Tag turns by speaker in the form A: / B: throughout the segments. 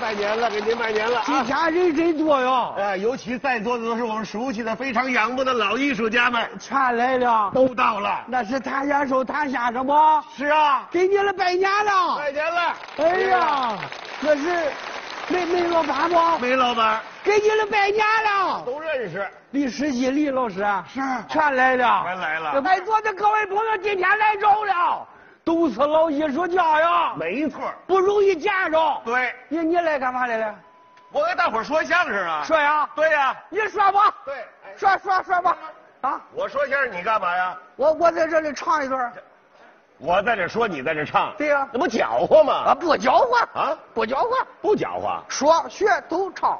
A: 拜年了，给您拜年了
B: 这
A: 啊！
B: 家人真多呀，
A: 啊，尤其在座的都是我们熟悉的、非常仰慕的老艺术家们，
B: 全来了。
A: 都到了。
B: 那是谭先生、谭先生吗？
A: 是啊，
B: 给你了拜年了。
A: 拜年了。
B: 哎，呀，那是梅梅老板吗？
A: 梅老板
B: 给你了拜年了。
A: 都认识，
B: 李书记、李老师
A: 是
B: 全来了，哎
A: 全来了
B: 在座的各位朋友今天来着了，都是老艺术家呀，
A: 没错儿。
B: 不容易见着。
A: 对，
B: 你你来干嘛来了？
A: 我给大伙儿说相声啊。
B: 说呀，
A: 对呀、
B: 你说吧，
A: 对哎
B: 说说说吧。啊，
A: 我说相声你干嘛呀？
B: 我我在这里唱一段。
A: 我在这说，你在这唱。
B: 对呀
A: 那不搅和
B: 啊，
A: 吗？
B: 不搅和
A: 啊
B: 不搅和，
A: 不搅和，
B: 说学都唱。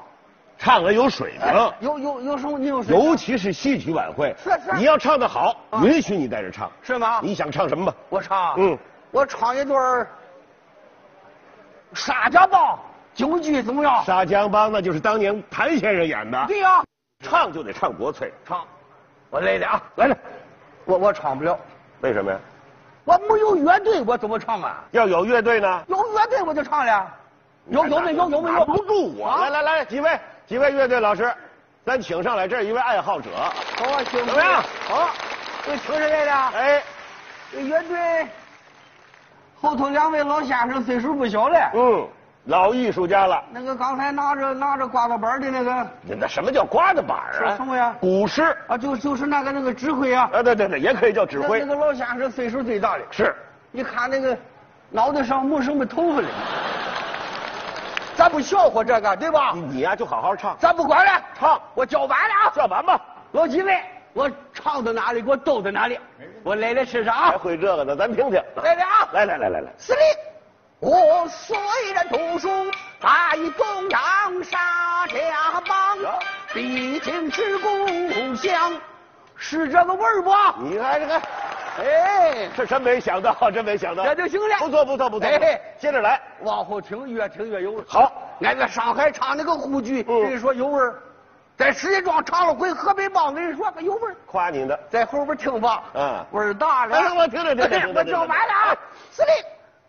A: 唱的有水平。
B: 有有有什么？你有什么？
A: 尤其是戏曲晚会，
B: 哎是是
A: 你要唱得好，
B: 啊
A: 允许你在这唱。
B: 是吗？
A: 你想唱什么吧？
B: 我唱，
A: 嗯，
B: 我唱一段儿沙家浜京剧怎么样？
A: 沙江帮那就是当年谭先生演的，
B: 对呀，
A: 唱就得唱国粹，
B: 唱，我来了啊，
A: 来来，
B: 我我唱不了，
A: 为什么呀？
B: 我没有乐队，我怎么唱啊？
A: 要有乐队呢？
B: 有乐队我就唱了，有有没有有没
A: 拿
B: 有？
A: 不住我！
B: 啊
A: 来来来，几位几位乐队老师，咱请上来，这是一位爱好者。
B: 好啊，行，
A: 怎么样
B: 好，我听着来了。
A: 哎，
B: 乐队后头两位老先生岁数不小了，
A: 嗯，老艺术家了。
B: 那个刚才拿着拿着刮子板的那个
A: 你那什么叫刮子板儿
B: 说
A: 啊？
B: 什么呀
A: 古诗。
B: 啊，就就是那个那个指挥啊，
A: 啊，对对对，也可以叫指
B: 那
A: 挥
B: 那。个老先生岁数最大的，
A: 是，
B: 你看那个脑袋上没什么头发了，咱不笑话这个对吧
A: 你？你呀就好好唱，
B: 咱不管了，
A: 唱
B: 我叫完了啊，
A: 叫完吧。
B: 老几位，我唱到哪里给我逗到哪里，我来来试试啊
A: 还，会这个呢，咱听听。
B: 来来啊。
A: 来来来来来，
B: 司令，我虽然读书在中央沙家浜
A: 啊，
B: 毕竟是故乡，是这个味儿不？
A: 你看这个，
B: 哎，
A: 这真没想到，真没想到。
B: 这就行了
A: 哎不错不错不错，
B: 哎
A: 不错接着来。
B: 往后听越听越有味儿。
A: 好，
B: 俺在上海唱那个沪剧，
A: 嗯
B: 人说有味儿；在石家庄唱了回河北梆，人说个有味儿。
A: 夸你的。
B: 在后边听吧，
A: 嗯
B: 味儿大了。
A: 哎我听着听着听着
B: 我叫完了啊，司令。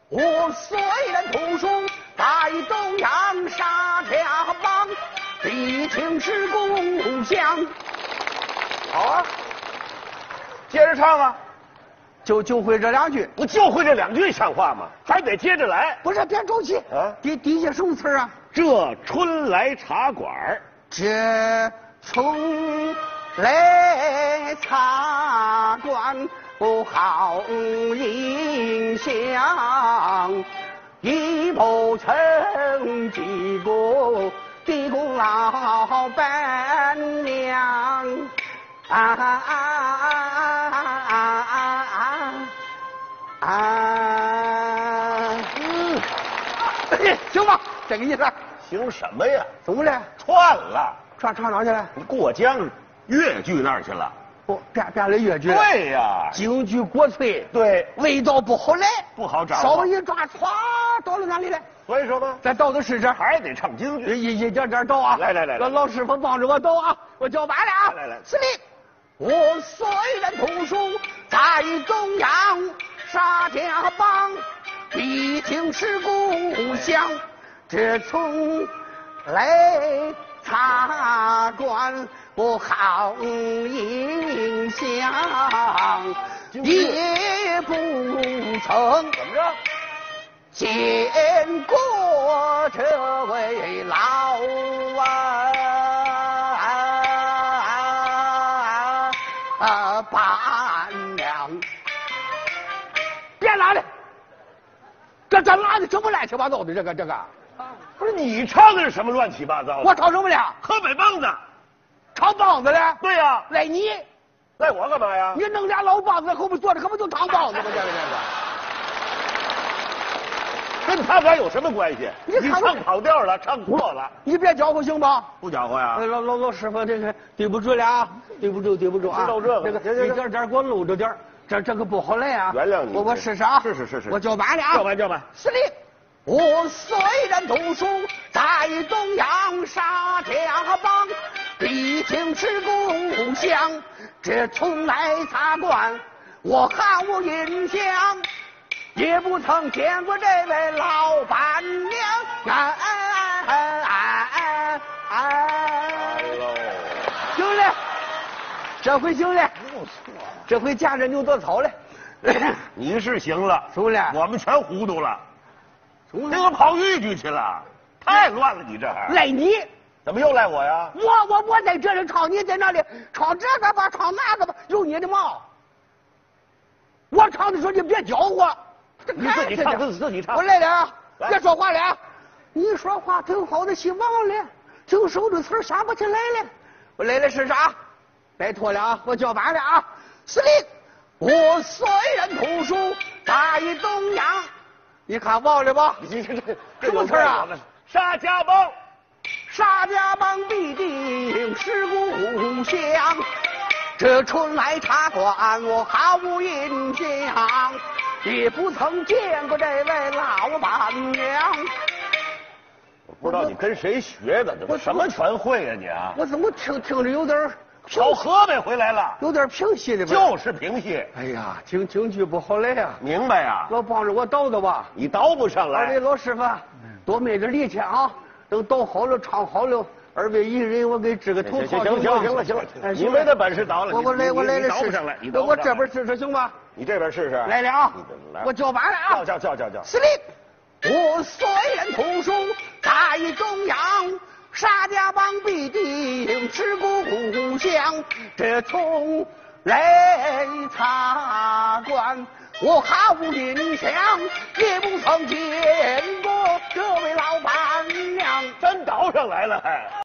B: 我虽然土生在中央沙家浜，毕竟是故乡。好啊，
A: 接着唱啊！
B: 就就会这两句，
A: 不就会这两句像话吗？还得接着来。
B: 不是别着急
A: 啊
B: 底底下什么词儿啊？
A: 这春来茶馆儿
B: 这从来茶馆不好印象，已不曾记过地宫老伴娘。啊啊啊啊啊！啊！嗯，行吧，这个意思。
A: 行什么呀？
B: 怎么了？
A: 串了，
B: 唱唱哪儿去了？
A: 你过江越剧那儿去了。
B: 不，变变了越剧。，
A: 对呀、
B: 京剧国粹，
A: 对，
B: 味道不好来，
A: 不好掌握
B: 稍微一抓，歘，倒到哪里来？
A: 所以说嘛，
B: 再倒到试试。
A: 还得唱京剧。
B: 一一点点倒啊！
A: 来来来来
B: 让老师傅帮着我倒啊！我叫完了啊！
A: 来来来
B: 司令，我虽然读书在中央沙家浜，毕竟是故乡，这从来茶馆不好影响，
A: 京剧
B: 也不曾。
A: 怎么着？
B: 见过这位老啊啊伴娘，别拉了，这这拉的什么乱七八糟的？这个这个，
A: 不是你唱的是什么乱七八糟的？
B: 我唱什么了？
A: 河北梆子。
B: 唱梆子了？
A: 对呀、
B: 赖你，
A: 赖我干嘛呀？
B: 你弄俩老梆子在后边坐着，可不就唱梆子吗？这个这
A: 跟他俩有什么关系？
B: 你
A: 你
B: 看我
A: 唱跑调了，唱错了，
B: 个，你别搅和行吗？
A: 不搅和呀
B: 哎老老老师傅，这个对不住了啊，对不住，对不住啊！
A: 知道这个
B: 这个
A: 行行
B: 一
A: 行
B: 点点给我搂着点儿这这个不好来啊！
A: 原谅你
B: 我我试试啊！
A: 是是是是
B: 我叫板了啊！
A: 叫板叫板
B: 司令，我虽然读书在中央沙家浜，毕竟是故乡，这从来茶馆我毫无印象。也不曾见过这位老板娘。哎哎哎哎这回行了，
A: 不错，
B: 这回架着牛得草 了。
A: 你是行了，
B: 熟了
A: 我们全糊涂了，
B: 中
A: 那个跑豫剧去了，太乱了，你这还
B: 赖你，
A: 怎么又赖我呀？
B: 我我我在这里吵，你在那里吵这个吧，吵那个吧，有你的毛。我吵的时候你别搅和，哎这
A: 你自己
B: 看
A: 唱，
B: 着呢
A: 自自己唱。
B: 我来了啊，
A: 来
B: 别说话了啊！你说话挺好的，戏忘了，挺熟的词儿想不起来了。我来了是啥？拜托了啊，我叫板了啊！司令，我虽然投书大义东洋，你看忘了吧？
A: 你这这
B: 嗯什么词儿啊？
A: 沙家浜，
B: 沙家浜必定尸骨香，这春来茶馆我毫无印象，也不曾见过这位老板娘。
A: 我不知道你跟谁学的，
B: 我
A: 这什么全会呀、你啊？
B: 我怎么听听着有点儿
A: 跑河北回来了，
B: 有点儿平息的味儿？
A: 就是评戏，
B: 哎呀，京京剧不好来呀、
A: 明白呀、
B: 老帮着我倒倒吧。
A: 你倒不上
B: 二位
A: 来，
B: 老师傅，多卖点力气啊！等倒好了，唱好了，二位一人我给支个头。
A: 哎行行行行行了行了
B: 哎，
A: 你没那本事倒了，
B: 我我来
A: 你你
B: 我来
A: 你
B: 了
A: 倒
B: 试试
A: 不上来，你，倒
B: 我
A: 不
B: 我
A: 上
B: 这
A: 来
B: 边试试行吗？
A: 你这边试试，
B: 来了啊
A: 你这来，！
B: 我叫板了啊！
A: 叫叫叫叫叫，
B: 司令，我虽然同属在中央，沙家浜必定吃骨故乡。这从来茶馆，我毫无印象，也不曾见过这位老板娘。
A: 真倒上来了还。